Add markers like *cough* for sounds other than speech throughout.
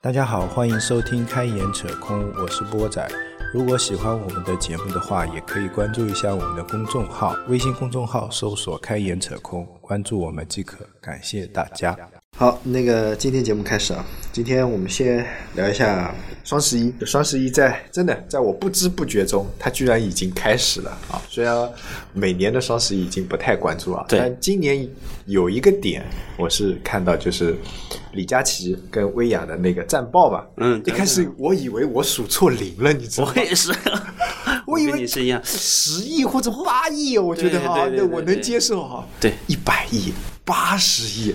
大家好，欢迎收听《开眼扯空》，我是波仔。如果喜欢我们的节目的话，也可以关注一下我们的公众号，微信公众号搜索“开眼扯空”，关注我们即可。感谢大家。好，那个今天节目开始啊，今天我们先聊一下双十一。双十一在真的在我不知不觉中，它居然已经开始了啊！虽然每年的双十一已经不太关注啊，对但今年有一个点我是看到，就是李佳琦跟薇娅的那个战报吧。嗯一开始我以为我数错零了，你知道吗 *laughs* 我？也是， *laughs* 我以为跟你是一样。十亿或者八亿，哦我觉得哈，对对对那对我能接受哈。对一百亿、八十亿，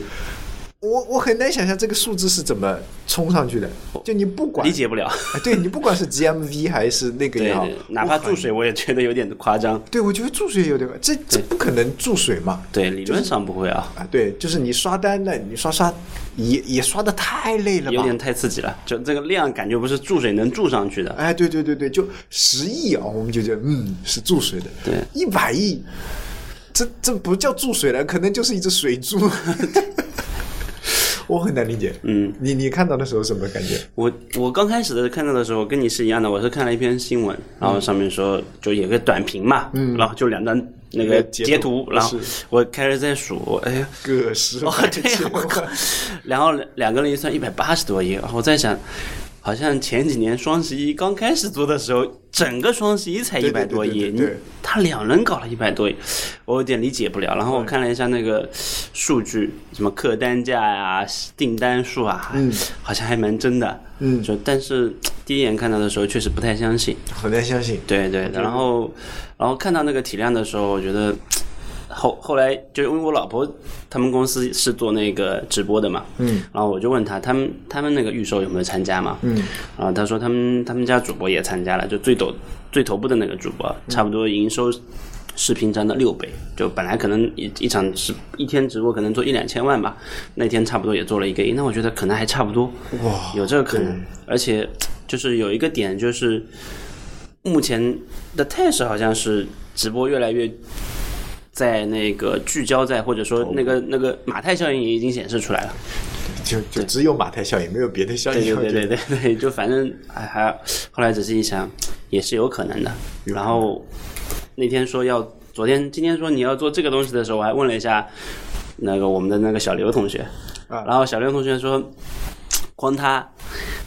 我我很难想象这个数字是怎么冲上去的。就你不管理解不了，哎对你不管是 GMV 还是那个对也好对，，哪怕我很注水，我也觉得有点夸张。对我觉得注水也有点，这这不可能注水嘛。对，理论上不会啊，啊，对，就是你刷单呢，你刷刷也也刷的太累了吧？有点太刺激了。就这个量，感觉不是注水能注上去的。哎，对对对对，就十亿啊，我们就觉得嗯是注水的，对，一百亿，这这不叫注水了，可能就是一只水珠。 *laughs* 我很难理解，嗯，你你看到的时候什么感觉？我我刚开始的看到的时候，跟你是一样的，我是看了一篇新嗯闻，然后上面说就有个短评嘛，然后就两张那那个个截截图图，然后是我开始在数，哎呀，个十哦 *laughs* 万，对呀千我靠万，然后两个人一算一百八十多亿，然后我在想，好像前几年双十一刚开始做的时候，整个双十一才对对一百多亿，对对对你他两人搞了一百多亿，我有点理解不了。然后我看了一下那个数据，什么客单价呀、订单数啊，嗯好像还蛮真的。嗯就但是第一眼看到的时候确实不太相信。很难相信。对对，然后然后看到那个体量的时候，我觉得后后来就因为我老婆他们公司是做那个直播的嘛，嗯，然后我就问她，他们他们那个预售有没有参加嘛，嗯，然后她说他们他们家主播也参加了，就最头最头部的那个主播，差不多营收。视频占的六倍，就本来可能一一场直一天直播可能做一两千万吧，那天差不多也做了一个亿，那我觉得可能还差不多，哇有这个可能。而且就是有一个点，就是目前的态势好像是直播越来越在那个聚焦在，或者说那个那个马太效应也已经显示出来了。就就只有马太效应，没有别的效对应。对我觉对得对对对，就反正还还后来仔细一想，也是有可能的。然后那天说要昨天今天说你要做这个东西的时候，我还问了一下那个我们的那个小刘同学，啊然后小刘同学说，光他。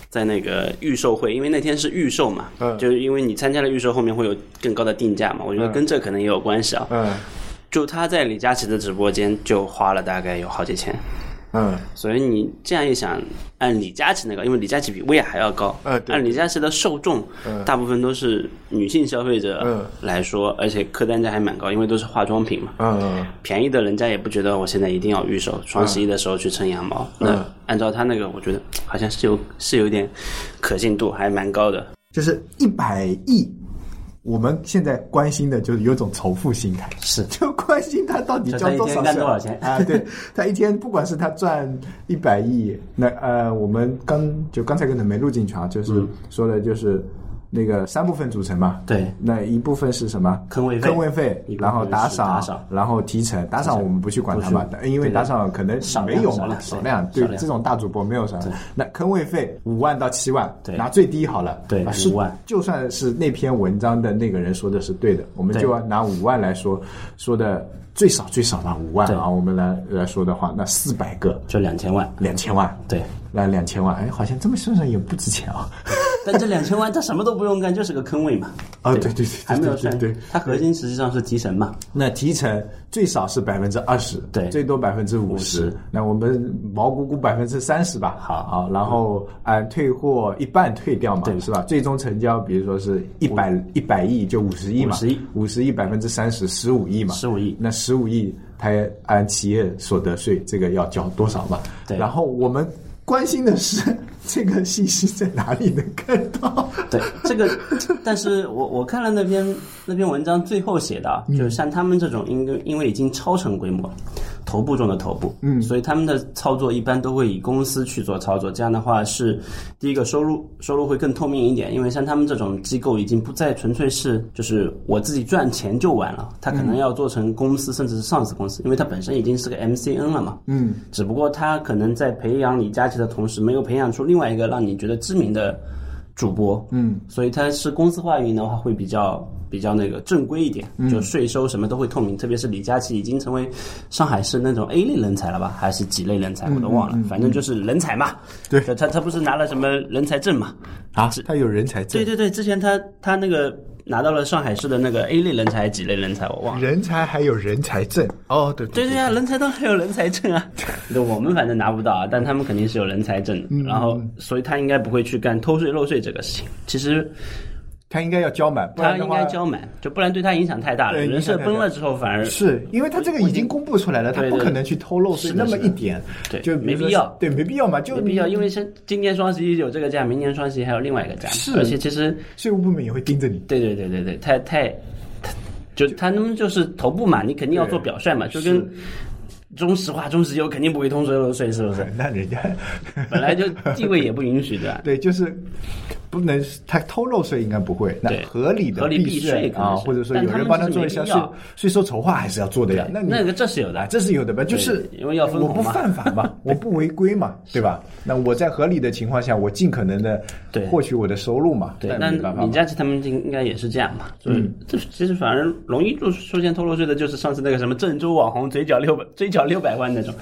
在那个预售会，因为那天是预售嘛，嗯就是因为你参加了预售，后面会有更高的定价嘛，我觉得跟这可能也有关系啊。嗯就他在李佳琦的直播间就花了大概有好几千，嗯，所以你这样一想，按李佳琦那个，因为李佳琦比薇娅还要高，呃对嗯按李佳琦的受众，大部分都是女性消费者来说，而且客单价还蛮高，因为都是化妆品嘛。嗯，便宜的人家也不觉得我现在一定要预售，双十一的时候去蹭羊毛。嗯那按照他那个，我觉得好像是有是有点可信度，还蛮高的。就是一百亿。我们现在关心的就是有种仇富心态，是就关心他到底就交他一多天少干多少钱啊？对 *laughs* 他一天，不管是他赚一百亿，那呃，我们刚就刚才可能没录进去啊，嗯就是说的就是那个三部分组成嘛。对那一部分是什么？坑位费坑位费一，部分然后打是赏，打赏然后提成，打赏我们不去管它嘛，因为打赏可能少没量有嘛，少量少对量，对少量这种大主播没有啥。那坑位费五万到七万，对拿最低好了，对啊是五万就算是那篇文章的那个人说的是对的，我们对就要拿五万来说，说的最少最少吧，五万啊，我们来来说的话，那四百个就两千万，两千万，对。那两千万，哎，好像这么算算也不值钱啊。但这两千万他什么都不用干，就是个坑位嘛。 *laughs* 啊，对对对，还没有对算，对。对它核心实际上是提神嘛。那提成最少是百分之二十，对最多百分之五十50。那我们毛估估百分之三十吧，好啊，然后按退货一半退掉嘛，对是吧？最终成交，比如说是一百一百亿就五十亿嘛， 50亿，五十亿百分之三十，十五亿嘛， 15亿那十五亿，它按企业所得税这个要交多少嘛？对然后我们关心的是这个信息在哪里能看到？对，这个，但是我我看了那嗯篇那篇文章最后写的啊，就是像他们这种，因为因为已经超成规模，头部中的头部，嗯，所以他们的操作一般都会以公司去做操作。这样的话是第一个收入收入会更透明一点，因为像他们这种机构已经不再纯粹是就是我自己赚钱就完了，他可能要做成公司甚至是上市公司，因为它本身已经是个 MCN 了嘛，嗯，只不过他可能在培养李佳琦的同时，没有培养出另外一个让你觉得知名的。主播，嗯，所以它是公司化运营的话，会比较比较那个正规一点，就税收什么都会透明。特别是李佳琦已经成为上海市那种 A 类人才了吧，还是几类人才我都忘了，反正就是人才嘛。对他他不是拿了什么人才证嘛？啊，他有人才证，对对对，之前他他那个拿到了上海市的那个 A 类人才，几类人才我忘了。人才还有人才证哦，对对对对呀、人才当然有人才证 *laughs* 啊。对，我们反正拿不到啊，但他们肯定是有人才证的。然后，所以他应该不会去干偷税漏税这个事情。其实他应该要交满，不他然的应话该交满，就不然对他影响太大了。对人设影响太大崩了之后，反而是因为他这个已经公布出来了，他对不对可能去偷漏税那么一点，对就比没如说必要对，没必要嘛，就没必要，因为像今年双十一有这个价，明年双十一还有另外一个价，是而且其实税务部门也会盯着你。对对对对对，太太，太就他们就是头部嘛，你肯定要做表率嘛，就跟中石化、中石油肯定不会通税漏税，是不 *laughs* 是？那人家本来就地位也不允许，对吧？对，就是不能他偷漏税应该不会，那对合理的合理避税税可能啊，是或者说但有他们人帮他就是做没一下必税要税收筹划还是要做的呀。那你那个这是有的啊，，这是有的吧？就是因为要分我红不嘛犯法嘛， *laughs* 我不违规嘛，对吧？那我在合理的情况下，我尽可能的对获取我的收入嘛。对，那但没办法嗯李嘛。佳琦他们应应该也是这样嘛，就是这其实反而容易就出现偷漏税的，就是上次那个什么郑州网红嘴角六百 *laughs* 嘴角六百万那种，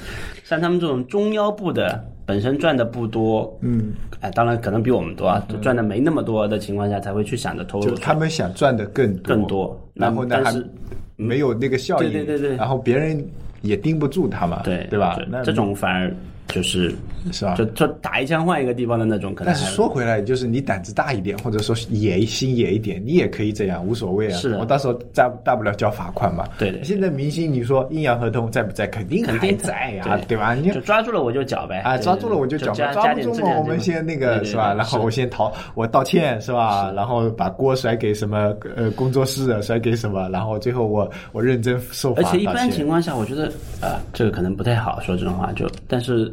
像他们这种中腰部的，本身赚的不多，嗯，哎，当然可能比我们多啊，就赚的没那么多的情况下，才会去想着偷嗯就漏税他们想赚的更多更多，然后呢但还是嗯没有那个效应，对对对对然后别人也盯不住他嘛，对对吧这？那这种反而就是是吧就就打一枪换一个地方的那种，可能但还是说回来，就是你胆子大一点，或者说野心野一点，你也可以这样，无所谓啊。是的我到时候大大不了交罚款嘛。对对现在明星，你说阴阳合同在不在？肯定肯还定在呀、对对吧？你就抓住了我就缴呗，啊，对抓住了我哎对就对加讲嘛，加抓不点住质嘛，量我对们吧先那个对是吧？对然后我先逃，我道歉是吧？然后把锅甩给什么呃工作室啊，甩给什么？然后最后我我认真受而罚道且歉。一般情况下，我觉得啊、这个可能不太好说这种话，就但是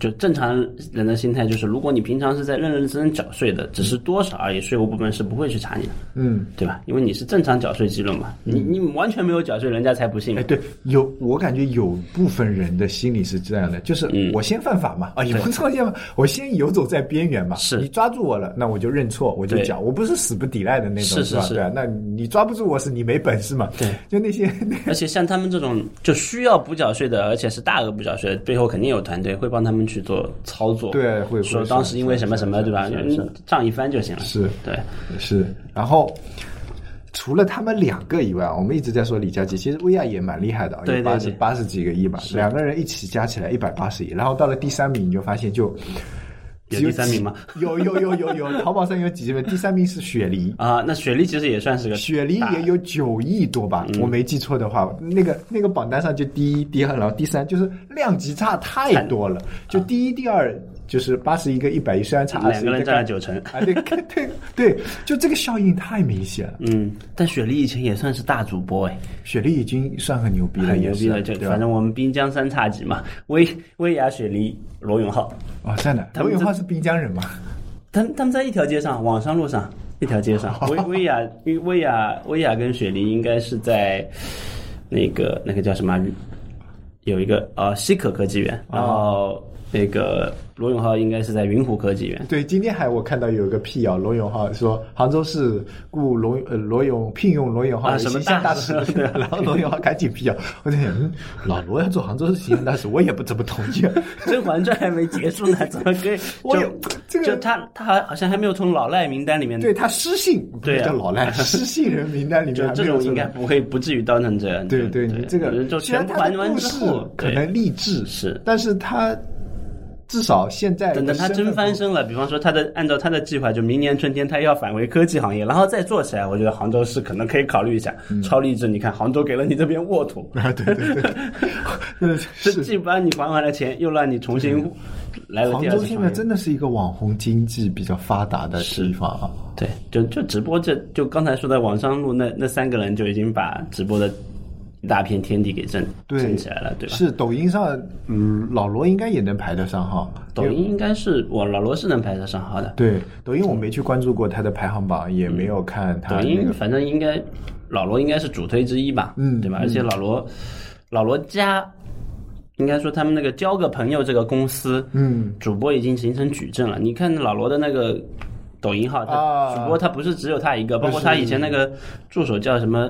就正常人的心态就是，如果你平常是在认认真真缴税的，只是多少而已，税务部门是不会去查你的，嗯，对吧？因为你是正常缴税记录嘛，你你完全没有缴税，人家才不信嘛嗯哎，。对，有我感觉有部分人的心理是这样的，就是嗯我先犯法嘛，啊，也不是说先犯法，我先游走在边缘嘛，是你抓住我了，那我就认错，我就对讲，我不是死不抵赖的那种，是是吧？是对啊，那你抓不住我是你没本事嘛，对，就那些而且像他们这种就需要补缴税的，而且是大额补缴税的，背后肯定有团队会帮他们去做操作。对会会说是当时因为是什么是什么，对吧？是嗯是账一翻就行了。是对，是，然后。除了他们两个以外，我们一直在说李佳琦，其实薇娅也蛮厉害的，对有八对十对八十几个亿吧，两个人一起加起来一百八十亿，然后到了第三名，你就发现就有只有第三几名吗？有有有有有，淘宝上有几十名，第三名是雪梨，啊、那雪梨其实也算是个雪梨大也有九亿多吧，我没记错的话，那个那个榜单上就第一、第二，然后第三，就是量级差太多了。就第一、第二就是八十一个一百一，虽然差二两十个一人占了九成。啊，对对对，就这个效应太明显了。嗯，但雪梨以前也算是大主播哎，雪梨已经算很牛逼了，很牛也逼是的，就对吧反？正我们滨江三叉戟嘛，薇薇娅、雪梨、罗永浩，啊，真的，他罗们永这浩是滨江 *laughs* 人嘛？他们他们在一条街上，网商路上一条街上， *laughs* 薇薇娅、因为薇娅、薇娅跟雪梨应该是在那个那个叫什么啊，有一个呃西可科技园，然哦后那个罗永浩应该是在云湖科技园，对，今天还我看到有一个辟谣，罗永浩说杭州市雇罗呃罗永聘用罗永浩啊为什么形象大大使使，对啊 *laughs* 然后罗永浩赶紧辟谣。我在想，嗯老罗要做杭州市形象大使，我也不怎么同 *laughs* 意啊。 《甄嬛传》还没结束 *laughs* 呢，怎么可以？我就有这个就他他还好像还没有从老赖名单里面对他失信，不对是啊叫 *laughs* 老赖，失信人名单里就面还这啊没有种出应该来。不会不至于当成这样。对对对，你这个就虽然全他还的完故之事后，可对能励志是但是他至少现在等等他的身真份翻身了，比方说他的按照他的计划，就明年春天他要返回科技行业，然后再做起来，我觉得杭州市可能可以考虑一下。嗯超励志，你看杭州给了你这边沃土，啊， *laughs* 对对对对， *laughs* *laughs* 这是既把你还完了钱，又让你重新来了杭第二州次现创在业。真的是一个网红经济比较发达的地方啊。对，就就直播这就刚才说的网商路那那三个人就已经把直播的一大片天地给挣对挣起来了，对吧？是抖音上，嗯，老罗应该也能排得上号。抖音应该是我老罗是能排得上号的，对，抖音我没去关注过它的排行榜，也没有看它抖那音个。反正应该老罗应该是主推之一吧，嗯对吧？而且老罗老罗家。应该说，他们那个交个朋友这个公司，嗯，主播已经形成矩阵了。你看老罗的那个抖音号，他啊主播他不是只有他一个，包括是他以前那个助手叫什么，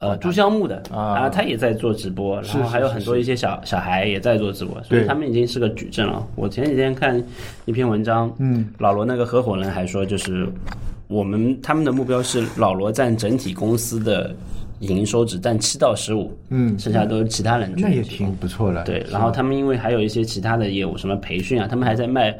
呃，朱萧木的啊啊，他也在做直播，然后还有很多一些小小孩也在做直播，所以对他们已经是个矩阵了。我前几天看一篇文章，嗯，老罗那个合伙人还说，就是我们他们的目标是老罗占整体公司的营收只占七到十五，嗯剩下都是其他人去那也挺不错了。对，然后他们因为还有一些其他的业务，什么培训啊，他们还在卖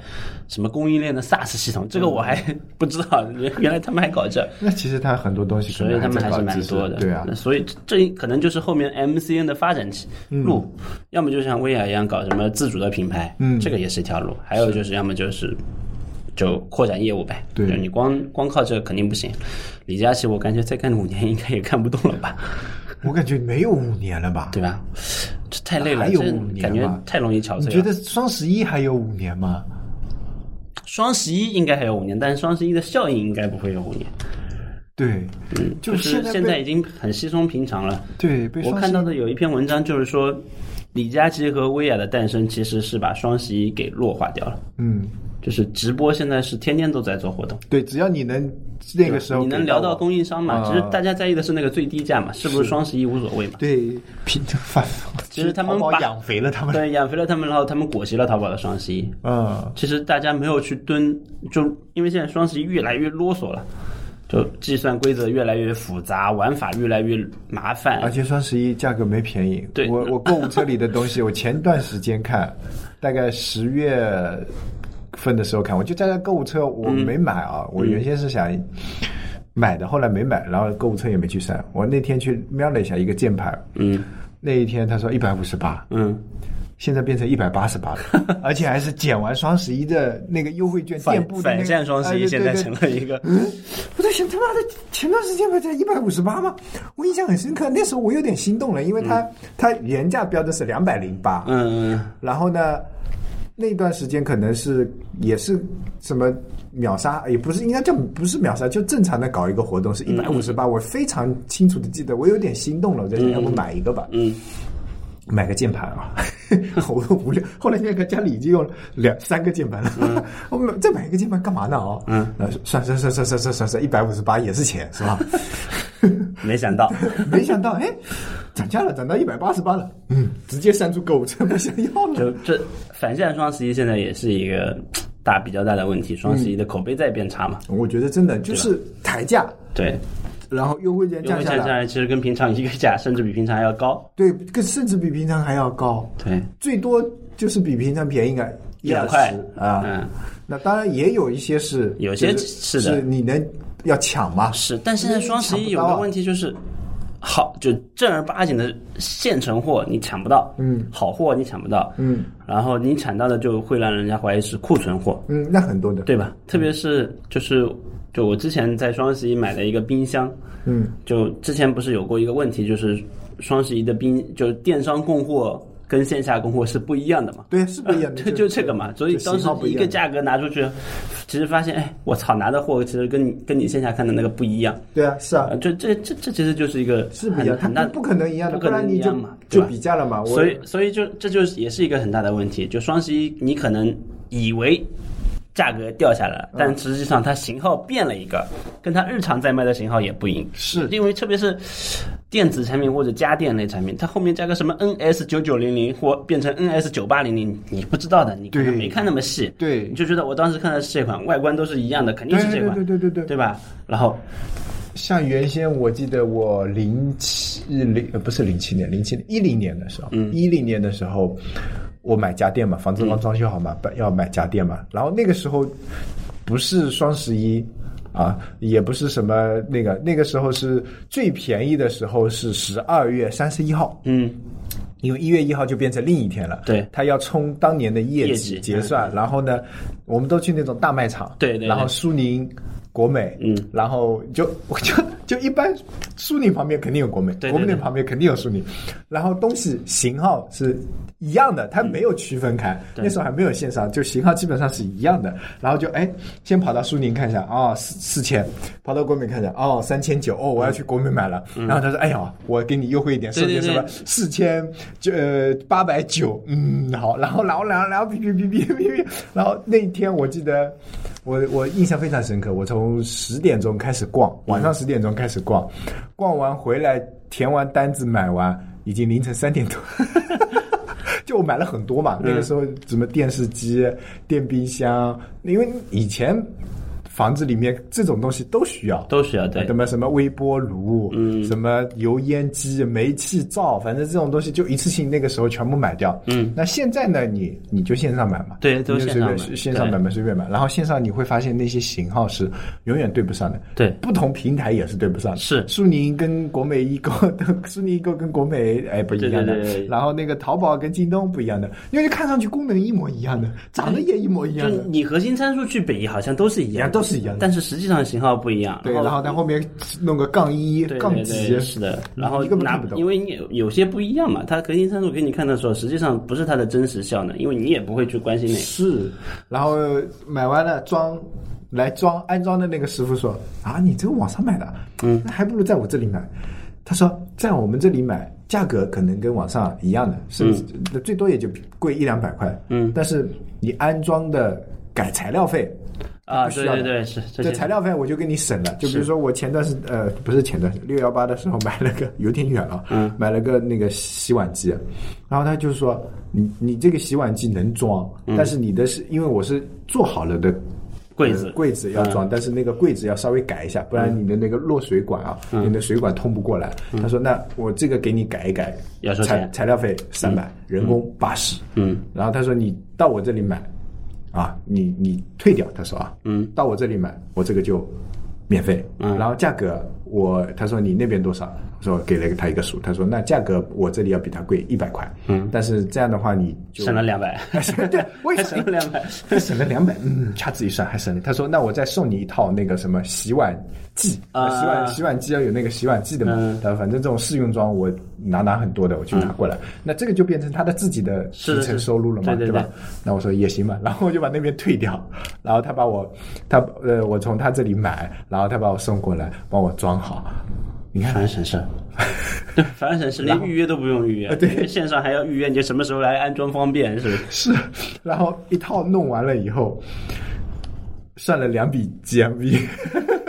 什么供应链的 SaaS 系统，这个我还 *laughs* 不知道，原原来他们还搞这，那其实它很多东西可所以能他们在还搞是蛮知识多的。嗯对啊那，所以这可能就是后面 MCN 的发展起路，要么就像薇娅一样搞什么自主的品牌，嗯这个也是一条路；还有就是要么就是。就扩展业务呗，对就你光光靠这个肯定不行。李佳琦，我感觉再干五年应该也干不动了吧，我感觉没有五年了吧？对吧？这太累了，还有这五年感觉吧太容易憔悴了。你觉得双十一还有五年吗？双十一应该还有五年，但是双十一的效应应该不会有五年，对，就是在嗯现被在已经很稀松平常了。对被我双十看一到的有一篇文章，就是说李佳琦和薇娅的诞生其实是把双十一给弱化掉了，嗯，就是直播现在是天天都在做活动。对，只要你能那个时候你能给聊我到供应商嘛？啊其实大家在意的是那个最低价嘛，是不是双十一无所谓嘛？对平反，其实他们淘宝把养肥了他们，对，养肥了他们，然后他们裹挟了淘宝的双十一。嗯，其实大家没有去蹲，就因为现在双十一越来越啰嗦了，就计算规则越来越复杂，玩法越来越麻烦。而且双十一价格没便宜，对我我购物车里的东 *laughs* 西，我前段时间看，大概十月份的时候看，我就站在购物车，我没买嗯啊，我原先是想。买的，后来没买，然后购物车也没去删。我那天去瞄了一下一个键盘，嗯那一天他说一百五十八，嗯，现在变成一百八十八 *laughs* 了，而且还是减完双十一的那个优惠券反店铺的那反个向双十一哎现在对对成了一个，我在想，他妈的，前段时间不是才一百五十八吗？我印象很深刻，那时候我有点心动了，因为它、它原价标的是两百零八，嗯嗯然后呢，那段时间可能是也是什么秒杀，也不是应该叫不是秒杀，就正常的搞一个活动是一百五十八，我非常清楚的记得，我有点心动了，我在想，要不买一个吧，嗯嗯，买个键盘啊， *laughs* 好无聊。后来那个家里已经用了两三个键盘了，嗯 *laughs* 我们再买一个键盘干嘛呢？哦，嗯，算算算算算算算算，一百五十八也是钱 *laughs* 是吧？没想到，没想到哎，涨价了，涨到一百八十八了，嗯，直接删除购物车，不想要就了。这反向双十一现在也是一个大比较大的问题，双十一嗯的口碑在变差嘛。我觉得真的就是抬价，对，然后优惠券优降惠下券下来，来其实跟平常一个价，甚至比平常还要高。对，更甚至比平常还要高，对，最多就是比平常便宜个一两块20啊。嗯，那当然也有一些是，有些就是的是你能要抢嘛，是，但现在双十一有啊个问题就是，好就正儿八经的现成货你抢不到，嗯，好货你抢不到，嗯，然后你抢到的就会让人家怀疑是库存货，嗯，那很多的，对吧？特别是就是就我之前在双十一买了一个冰箱，嗯，就之前不是有过一个问题，就是双十一的冰就是电商供货跟线下供货是不一样的嘛，对，是不一样的，就就啊这个嘛，所以嗯就当型时号不一一个样。价格拿出去，其实发现，哎，我操，拿的货其实跟你跟你线下看的那个不一样，对啊，是啊啊，，这这这这其实就是一个是不一很样，它很大不不可能一样的，不不可然能一你就样嘛，对就吧比价了啊嘛。我所以所以就这就是也是一个很大的问题，就双十一你可能以为。价格掉下来了，嗯但实际上它型号变了一个，跟它日常在卖的型号也不一，是因为特别是电子产品或者家电类产品，它后面加个什么 NS 九九零零或变成 NS 九八零零，你不知道的，你可能对没看那么细，对你就觉得我当时看的是这款，外观都是一样的，肯定对是对这款，对对对对对，对吧？然后像原先我记得我零七零呃不是零七年，零七一零年的时候，嗯一零年的时候我买家电嘛，房子刚装修好嘛，本要买家电嘛，然后那个时候不是双十一。啊，也不是什么那个，那个时候是最便宜的时候是十二月三十一号，嗯，因为一月一号就变成另一天了，对他要冲当年的业业绩哎绩结算，然后呢，我们都去那种大卖场，对对对然后苏宁。国美，嗯，然后就 *laughs* 我就就一般苏宁旁边肯定有国美，对对国美对旁边肯定有苏宁，然后东西型号是一样的，嗯它没有区分开，那时候还没有线上，就型号基本上是一样的，然后就哎，先跑到苏宁看一下，哦四四千，跑到国美看一下，哦三千九，哦我要去国美买了，嗯然后他说哎呀，我给你优惠一点，对送对你什么对四千就呃八百九，嗯，好，然后然后然后然后哔哔哔哔哔哔，然后那一天我记得我我印象非常深刻，我从十点钟开始逛，晚上十点钟开始逛，逛完回来填完单子买完，已经凌晨三点多。就我买了很多嘛，那个时候什么电视机、电冰箱，因为以前房子里面这种东西都需要，都需要对什么什么微波炉，嗯，什么油烟机、煤气灶，反正这种东西就一次性那个时候全部买掉，嗯，那现在呢，你你就线上买嘛，对你都就线随便上买线上买嘛，随便买，然后线上你会发现那些型号是永远对不上的，对不同平台也是对不上的，是苏宁跟国美 *laughs* 易购，苏宁易购跟国美哎不一样的，对对对对然后那个淘宝跟京东不一样的，因为看上去功能一模一样的，长得也一模一就样的。你核心参数去比好像都是一一样样，都是一样的但是实际上型号不一样。对，然后它后面弄个杠一、对杠对几对，，是的，然后你根本拿看不，懂因为你有有些不一样嘛，它核心参数给你看的时候，实际上不是它的真实效能，因为你也不会去关心哪个。是，然后买完了装，来装安装的那个师傅说啊，你这个网上买的，嗯，那还不如在我这里买。他说在我们这里买，价格可能跟网上一样的，是、那最多也就贵一两百块，嗯，但是你安装的改材料费。啊不需要的对对对是这这些材料费我就给你省了。就比如说我前段时呃不是前段时六幺八的时候买了个有点远了，嗯，买了个那个洗碗机，然后他就说你你这个洗碗机能装，嗯但是你的是因为我是做好了的。柜子嗯呃柜子要装，但是那个柜子要稍微改一下，不然你的那个落水管啊，嗯你的水管通不过来。他说：“那我这个给你改一改，要收材钱材料费三百，人工八十。”嗯，然后他说你到我这里买，啊，你你退掉，他说啊，嗯，到我这里买，我这个就免费，嗯，然后价格我他说你那边多少，我说给了他一个数，他说那价格我这里要比他贵一百块，嗯，但是这样的话你就省了两百， *laughs* 对，为还 *laughs* 什省么了两百。还省了两百，嗯，掐指一算还省了。他说：“那我再送你一套那个什么洗碗剂，呃啊洗碗洗碗机要有那个洗碗剂的嘛。嗯他说反正这种试用装我拿拿很多的，我去拿过来。那这个就变成他的自己的是提的是成的收入了嘛，对对吧对？那我说也行嘛，然后我就把那边退掉，然后他把我他呃我从他这里买，然后他把我送过来，帮我装好。你看反，正省 *laughs* 事儿，对，反正省事，连预约都不用预呃约，对，线上还要预约，你就什么时候来安装方便是不是？是， *laughs* 然后一套弄完了以后，算了两笔 GMV，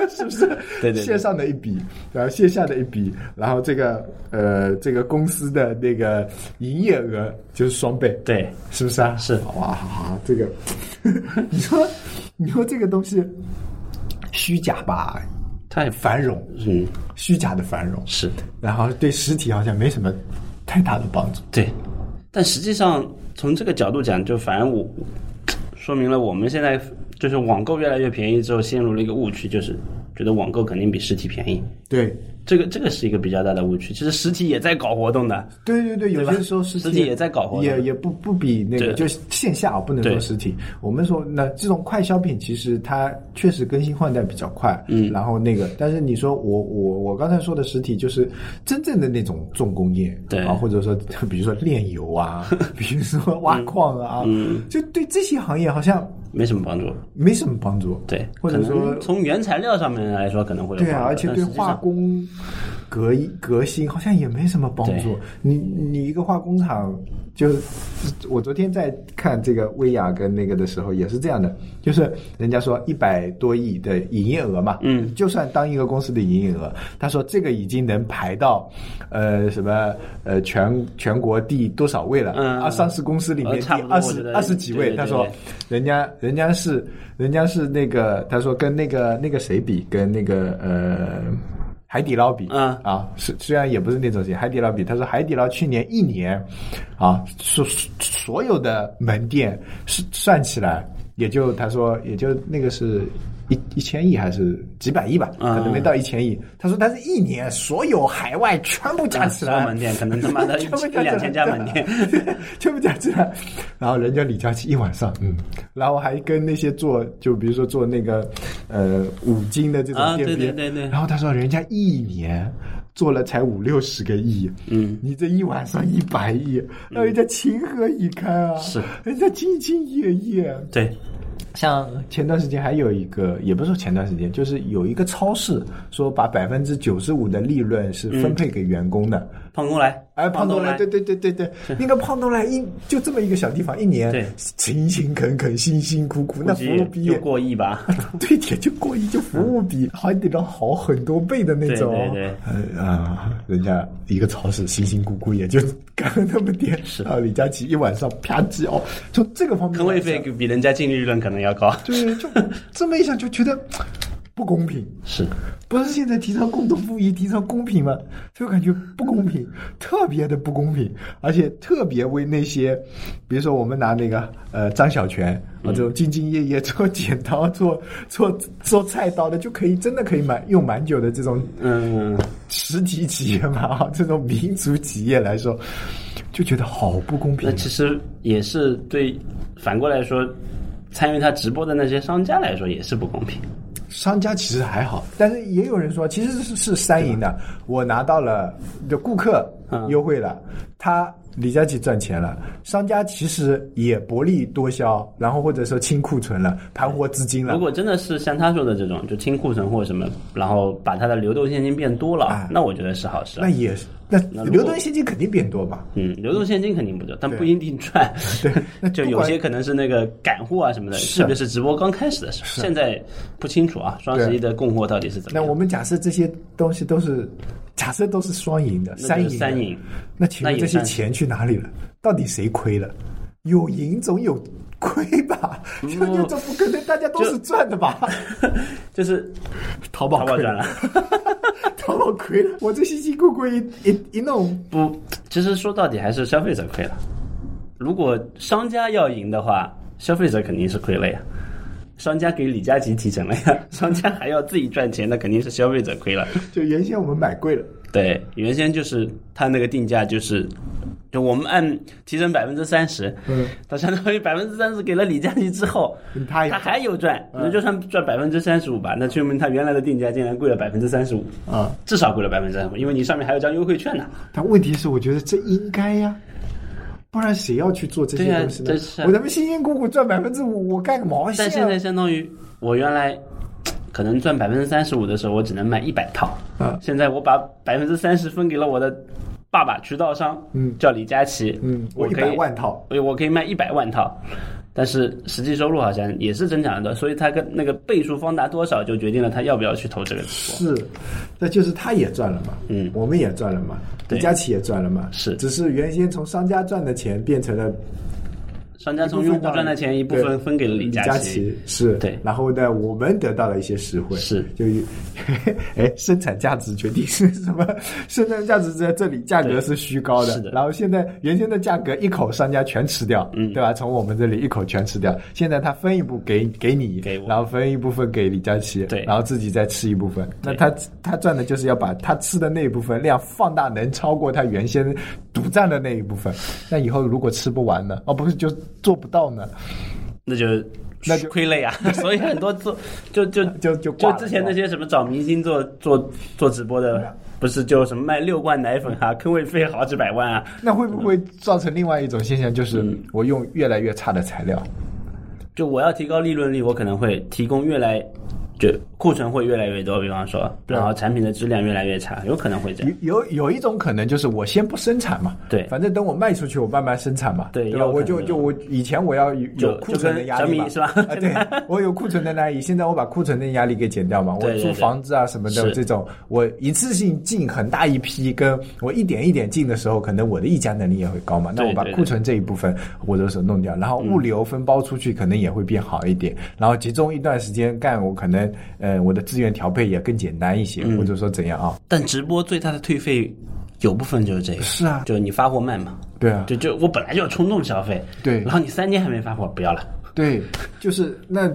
是不是？对对对线上的一笔，然后线下的一笔，然后这个呃这个公司的那个营业额就是双倍，，对，是不是啊？是哇，这个 *laughs* 你说你说这个东西虚假吧，太烦，繁荣，嗯，虚假的繁荣，是然后对实体好像没什么太大的帮助。对，但实际上从这个角度讲，就反正我说明了我们现在就是网购越来越便宜之后，陷入了一个误区，就是觉得网购肯定比实体便宜，对，这个这个是一个比较大的误区。其实实体也在搞活动的，对对对，有吧些时候实实体也在搞活动也也不不比那个对就是线下啊，不能说对实体。我们说那这种快消品，其实它确实更新换代比较快，嗯，然后那个，但是你说我我我刚才说的实体，就是真正的那种重工业，对啊，或者说 *laughs* 比如说炼 *laughs* 油啊，比如说挖矿啊，嗯就对这些行业好像没什么帮助。没什么帮助，对，或者可说能从原材料上面来说可能会有帮对助，啊，而且但对实际化上工革一革新好像也没什么帮助对。你你一个化工厂，就是我昨天在看这个薇娅跟那个的时候也是这样的，就是人家说一百多亿的营业额嘛，嗯，就算当一个公司的营业额，他说这个已经能排到呃什么呃全全国第多少位了，嗯啊，上市公司里面呃第差不多二我觉十得二十几位，对对他说对。人家人家是人家是那个，他说跟那个那个谁比，跟那个呃海底捞比，嗯啊，虽虽然也不是那种型，海底捞比，他说海底捞去年一年啊，所所有的门店是算起来也就他说也就那个是一一千亿还是几百亿吧，嗯可能没到一千亿。他说他是一年所有海外全部加起啊所来有，门店可能他 *laughs* 妈的一全部加起一来两千家门店， *laughs* 全部加起来。然后人家李佳琦一晚上，嗯，然后还跟那些做，就比如说做那个呃五金的这种啊店对边，对对对然后他说人家一年。做了才五六十个亿，嗯，你这一晚上一百亿，让人家情何以堪啊？嗯是，人家兢兢业业，对，像前段时间还有一个，也不是说前段时间，就是有一个超市说把百分之九十五的利润是嗯分配给员工的。胖东来， *laughs* 哎，胖东来，来，对对对 *laughs* 对对，那个胖东来一就这么一个小地方，一年对勤勤恳恳、辛辛苦苦，那估服计务比又过亿 *laughs* 吧。对也就过亿，就服务比海底捞好很多倍的那种。对对呃啊，人家一个超市辛辛苦苦也就干了那么点，是啊，李佳琦一晚上啪叽哦，从这个方面坑位来讲费比人家净利润可能要高。 *laughs* 对，就这么一想就觉得不公平。是，不是现在提倡共同富裕、提倡公平吗？就感觉不公平，特别的不公平，而且特别为那些，比如说我们拿那个呃张小泉啊这种兢兢业业做剪刀、做做做菜刀的，就可以真的可以蛮用蛮久的这种嗯，实体企业嘛，啊这种民族企业来说，就觉得好不公平那。其实也是对，反过来说，参与他直播的那些商家来说也是不公平。商家其实还好，但是也有人说其实是是三赢的。我拿到了就顾客嗯优惠了，他李佳琦赚钱了，商家其实也薄利多销，然后或者说清库存了、盘活资金了如。果真的是像他说的这种，就清库存或者什么，然后把他的流动现金变多了，哎那我觉得是好事那。也是，那那如果流动现金肯定变多嘛。嗯，流动现金肯定不多，但对不一定赚。 *laughs* *laughs* 对那就不有管些可能是那个赶货啊什么的，是特别是直播刚开始的时候，现在不清楚啊，双十一的供货到底是怎么那样。我们假设这些东西都是，假设都是双赢的，那三就赢是的三赢，那请问那也这些算是钱去哪里了？到底谁亏了？有赢总有亏吧？嗯就就这不可能，大家都是赚的吧？就是 *laughs* 淘淘宝宝亏赚了，。 *laughs* 淘宝亏了，我这辛辛苦苦一一一弄，不，其实说到底还是消费者亏了。如果商家要赢的话，消费者肯定是亏了呀。商家给李佳琦提成了呀， *laughs* 商家还要自己赚钱，那肯定是消费者亏了。就原先我们买贵了，对，原先就是他那个定价就是，就我们按提成百分之三十，嗯，他相当于百分之三十给了李佳琦之后，他他也嗯还有赚，那就算赚百分之三十五吧，那说明他原来的定价竟然贵了百分之三十五，啊。至少贵了百分之三十五，因为你上面还有张优惠券呢。但问题是，我觉得这应该呀。不然谁要去做这些对啊东西呢？这是啊我他妈辛辛苦苦赚百分之五，我干个毛线、啊？但现在相当于我原来可能赚百分之三十五的时候，我只能卖一百套，嗯现在我把百分之三十分给了我的爸爸渠道商，嗯叫李佳琦，嗯，我一可以百万套，我我可以卖一百万套，但是实际收入好像也是增长的，所以他跟那个倍数方达多少就决定了他要不要去投这个直播。是，那就是他也赚了嘛，嗯我们也赚了嘛，对李佳琦也赚了嘛，是只是原先从商家赚的钱变成了商家从用户赚的钱一部分分给了李佳佳琦，琦，是对然后呢，我们得到了一些实惠，是就有， *laughs* 哎，生产价值决定是什么？ *laughs* 生产价值在这里，价格是虚高的，是的然后现在原先的价格一口商家全吃掉，嗯，对吧？从我们这里一口全吃掉，现在他分一部给给你，给我然后分一部分给李佳琦，对然后自己再吃一部分。那他他赚的就是要把他吃的那一部分量放大，能超过他原先独占的那一部分。那以后如果吃不完呢？哦，不是，就做不到呢？那就那就亏了 *laughs* 呀。所以很多做就就就就就挂了之前那些什么找明星做做做直播啊的，不是就什么卖六罐奶粉啊，坑位费好几百万啊，那会不会造成另外一种现象，就是我用越来越差的材料？就我要提高利润率，我可能会提供越来。就库存会越来越多，比方说，对啊然后产品的质量越来越差，有可能会这样。有有有一种可能就是我先不生产嘛，对反正等我卖出去，我慢慢生产嘛，对对也吧？有可我能就的就我以前我要有就有库存的压力嘛，就跟小米是吧啊， *laughs* 对，我有库存的压力，现在我把库存的压力给减掉嘛，我对对租对房子啊什么的是这种，我一次性进很大一批，跟我一点一点进的时候，可能我的议价能力也会高嘛，那对我把对嗯对库存这一部分我都是弄掉，然后物流分包出去可能也会变好一点，然后集中一段时间干，我可能呃我的资源调配也更简单一嗯些，或者说怎样啊？但直播最大的退费有部分就是这个，是啊就是你发货慢嘛，对啊，就就我本来就要冲动消费，对然后你三天还没发货，不要了， *laughs* 对，就是那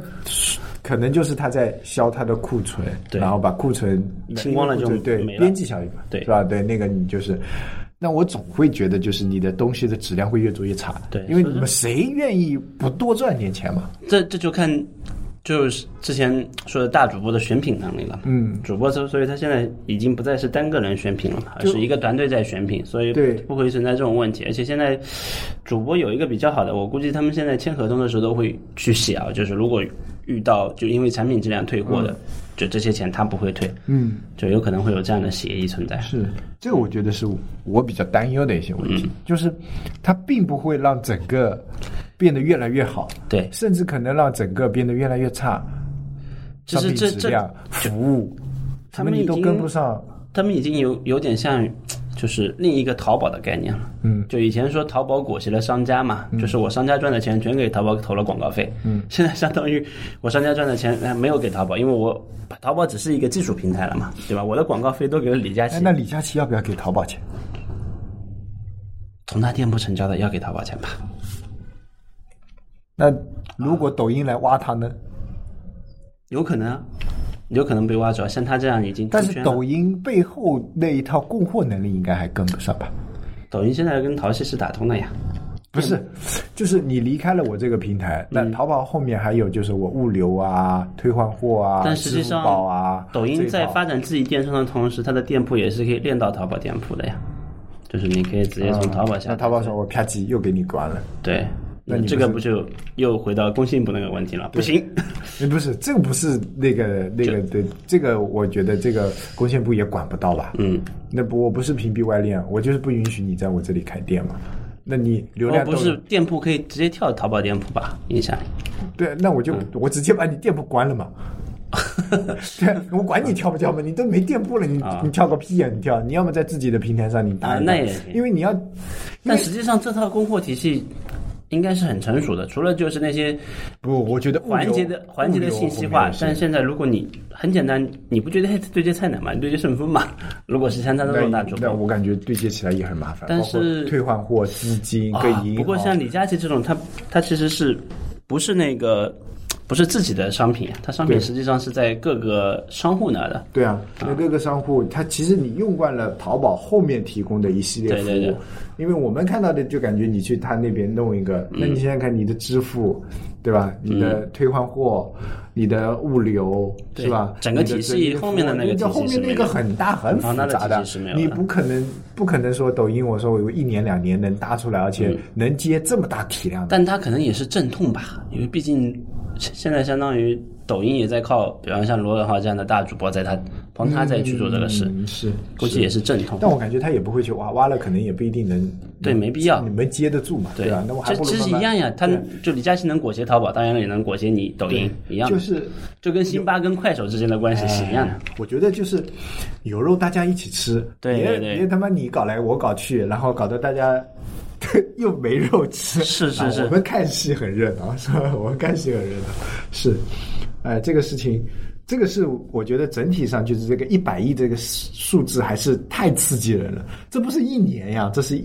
可能就是他在消他的库存，对然后把库存清光了就因为库存对没了边际效应嘛，对是吧？对，那个你就是。那我总会觉得，就是你的东西的质量会越做越差的，对因为你们谁愿意不多赚点钱嘛？这这就看，就是之前说的大主播的选品能力了。嗯，主播所所以他现在已经不再是单个人选品了嘛，而是一个团队在选品，所以对不会存在这种问题。而且现在主播有一个比较好的，我估计他们现在签合同的时候都会去写啊，就是如果遇到就因为产品质量退货的，就这些钱他不会退。嗯，就有可能会有这样的协议存在。是，这个我觉得是我比较担忧的一些问嗯题，就是它并不会让整个变得越来越好，对甚至可能让整个变得越来越差，就商是品这质量、服务，他什们么已你都经跟不上。他们已经有有点像，就是另一个淘宝的概念了。嗯，就以前说淘宝裹挟了商家嘛，嗯就是我商家赚的钱全给淘宝投了广告费。嗯， *laughs* 现在相当于我商家赚的钱哎没有给淘宝，因为我淘宝只是一个技术平台了嘛，对吧？我的广告费都给了李佳哎，琦那，李佳琦要不要给淘宝钱？同他店铺成交的要给淘宝钱吧？那如果抖音来挖他呢？有可能啊，有可能被挖走。啊像他这样已经出但圈是了抖音背后那一套供货能力应该还跟不上吧？抖音现在跟淘系是打通的呀。不是，就是你离开了我这个平台，那淘宝后面还有就是我物流啊、退换货啊、但实际支付上，宝啊，抖这音一在套发展自己电商的同时，它的店铺也是可以链到淘宝店铺的呀。就是你可以直接从淘宝下啊那单，淘宝说我啪叽又给你关 *laughs* 了，对，那你不这是个不就又回到工信部那个问题了？不行，哎不是这个不是那个那个对这个，我觉得这个工信部也管不到吧？ *laughs* 嗯，那不我不是屏蔽外链，啊我就是不允许你在我这里开店嘛。那你流哦，量都不是店铺可以直接跳淘宝店铺吧？印象里，对，那我就、嗯我直接把你店铺关了 *laughs* 嘛。对，我管你跳不跳嘛，你都没店铺了，你、啊你跳个屁呀、你跳，你要么在自己的平台上你打啊一打，那也行因为你要但实际上这套供货体系应该是很成熟的，除了就是那些不，我觉得物流环节的环节的物流信息后面化也，是但现在如果你很简单，你不对接对接菜鸟嘛，你对接顺丰嘛，如果是像他这种大主那播，我感觉对接起来也很麻烦，但包括是退换货、资金跟啊银行。不过像李佳琦这种，他他其实是不是那个不是自己的商品啊？他商品对实际上是在各个商户那儿的。对啊，那各个商户，他其实你用惯了淘宝后面提供的一系列服务，对对对因为我们看到的就感觉你去他那边弄一个，嗯那你想想看你的支付，对吧？你的退换货，你的物流，对是吧？整个体系你的后面的那个你的体系后是面没那有个的很大很复庞大的杂体系是没有的你不可能不可能说抖音，我说我有一年两年能搭出来，而嗯且能接这么大体量的。但他可能也是阵痛吧，因为毕竟现现在相当于抖音也在靠，比方像罗永浩这样的大主播在他帮他在去做这个事，嗯是，估计也是阵痛。但我感觉他也不会去挖，挖了可能也不一定能，对没必要你们接得住嘛，啊对啊吧？那我还这不如其实一慢慢样呀，他就李佳琦能裹挟淘宝，当然了也能裹挟你抖音一样的，就是哎就跟辛巴跟快手之间的关系是一样的。我觉得就是有肉大家一起吃，对对别对别他妈你搞来我搞去，然后搞得大家 *laughs* 又没肉吃。是是啊是我们看戏很热闹， *laughs* 是吧？我们看戏很热闹，是，哎，这个事情。这个是我觉得整体上就是这个一百亿这个数字还是太刺激人了，这不是一年呀，这是一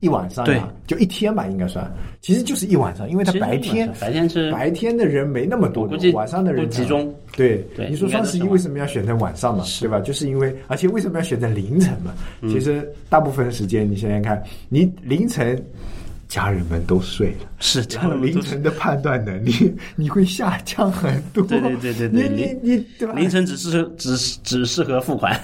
一晚上呀，就一天吧，应该算，其实就是一晚上，因为它其实白天晚上白天是白天的人没那么多我估计，晚上的人不集才中对，对你说应该双都是十一晚为什么要选在晚上嘛，对吧？就是因为，而且为什么要选在凌晨嘛？嗯其实大部分时间，你想想看，你凌晨家人们都睡了。是这然后样的凌晨的判断能力，你会下降很多。对对对对对你凌你你对 *laughs* 吧？凌晨只适只只适合付 *laughs* 款，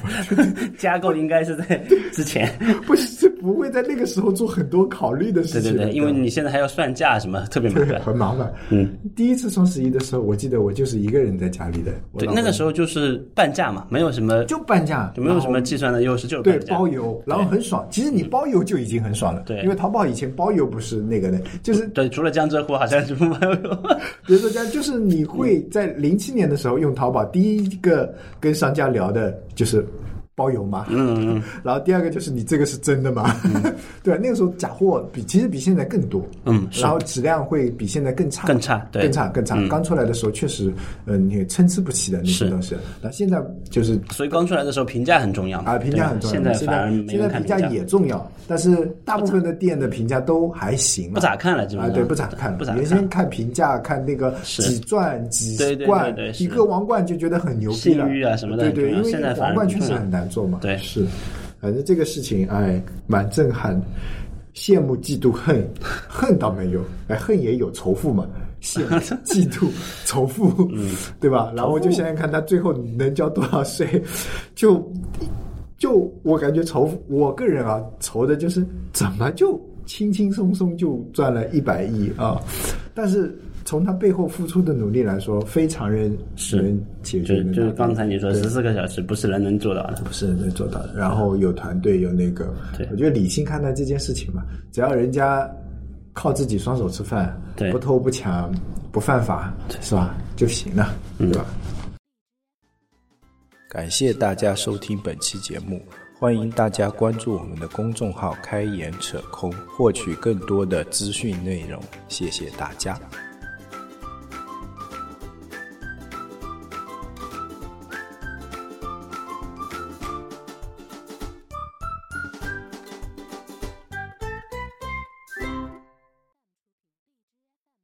加购应该是在之前。不是不会在那个时候做很多考虑的事对情对的。对，因为吧你现在还要算价什么，特别麻对烦。 *laughs* 很麻烦。嗯，第一次双十一的时候，我记得我就是一个人在家里的，我对，老那婆个时候就是半价嘛，没有什么就半价，就没有然什后么计算的优势，就是对半价包。邮，然后很爽。其实你包邮就已经很爽了，对因为淘宝以前包邮不是那个的，就是对，除了江浙沪，好像是不 *laughs* 包邮。比如说这样，就是你嗯会在零七年的时候用淘宝，第一个跟商家聊的就是包邮吗？嗯，然后第二个就是你这个是真的吗？ *laughs* 对，那个时候假货比其实比现在更多，嗯是然后质量会比现在更差，更差对嗯更差，更差。刚出来的时候确实，嗯，你参差不齐的那些是东西，那现在就是所以刚出来的时候评价很重要嘛啊，评价很重要。嗯对吧现现在反在而没现人在看评价价也重要，但是大部分的店的评价都还行了，不咋看了基本啊，上对，不咋看了。不咋看原先看评价，看那个是几钻几对对冠对对，是一个王冠就觉得很牛逼了，信誉啊什么的很重对对，要因为现在反而王冠不确实看很难做嘛。对是，反正这个事情，哎，蛮震撼的。羡慕、嫉妒、恨，恨倒没有，哎，恨也有，仇富嘛。羡 *laughs* 慕、嫉妒、仇富，嗯对吧？然后就想想看他最后能交多少税，就就我感觉愁，我个人啊愁的就是怎么就轻轻松松就赚了一百亿啊！但是从他背后付出的努力来说，非常人是能解就决的，就是刚才你说十四个小时不是人能做到的，不是能做到的。然后有团队，有那个对，我觉得理性看待这件事情嘛，只要人家靠自己双手吃饭，对不偷不抢，不犯法，是吧？就行了，嗯对吧？感谢大家收听本期节目，欢迎大家关注我们的公众号“开眼扯空”，获取更多的资讯内容。谢谢大家。